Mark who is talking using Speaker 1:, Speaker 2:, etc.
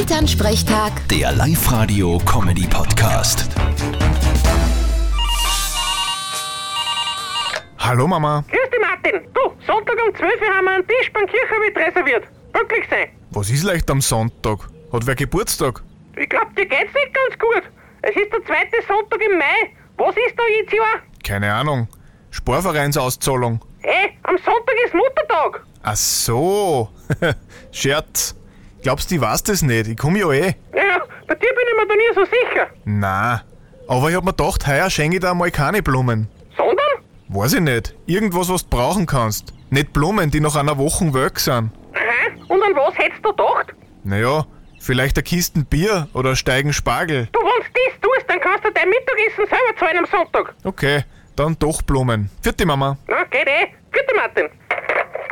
Speaker 1: Elternsprechtag,
Speaker 2: Der Live-Radio-Comedy-Podcast.
Speaker 3: Hallo Mama,
Speaker 4: Grüß dich, Martin. Du, Sonntag um 12 Uhr haben wir einen Tisch beim Kirchenwirt reserviert. Pünktlich sein.
Speaker 3: was ist leicht am Sonntag? Hat wer Geburtstag?
Speaker 4: Ich glaub, dir geht's nicht ganz gut. Es ist der zweite Sonntag im Mai. Was ist da jetzt Jahr?
Speaker 3: Keine Ahnung. Sportvereinsauszahlung.
Speaker 4: Hey, am Sonntag ist Muttertag.
Speaker 3: Ach so, Scherz. Glaubst du, ich weiß das nicht? Ich komm ja eh.
Speaker 4: Naja, bei dir bin ich mir da nie so sicher.
Speaker 3: Na, aber ich hab mir gedacht, heuer schenke ich dir einmal keine Blumen.
Speaker 4: Sondern?
Speaker 3: Weiß ich nicht. Irgendwas, was du brauchen kannst. Nicht Blumen, die nach einer Woche weg sind.
Speaker 4: Aha, und an was hättest du gedacht?
Speaker 3: Naja, vielleicht eine Kisten Bier oder einen Steigen Spargel.
Speaker 4: Du, wenn's dies tust, dann kannst du dein Mittagessen selber zahlen am Sonntag.
Speaker 3: Okay, dann doch Blumen. Vierte Mama.
Speaker 4: Na, geht eh. Bitte, Martin.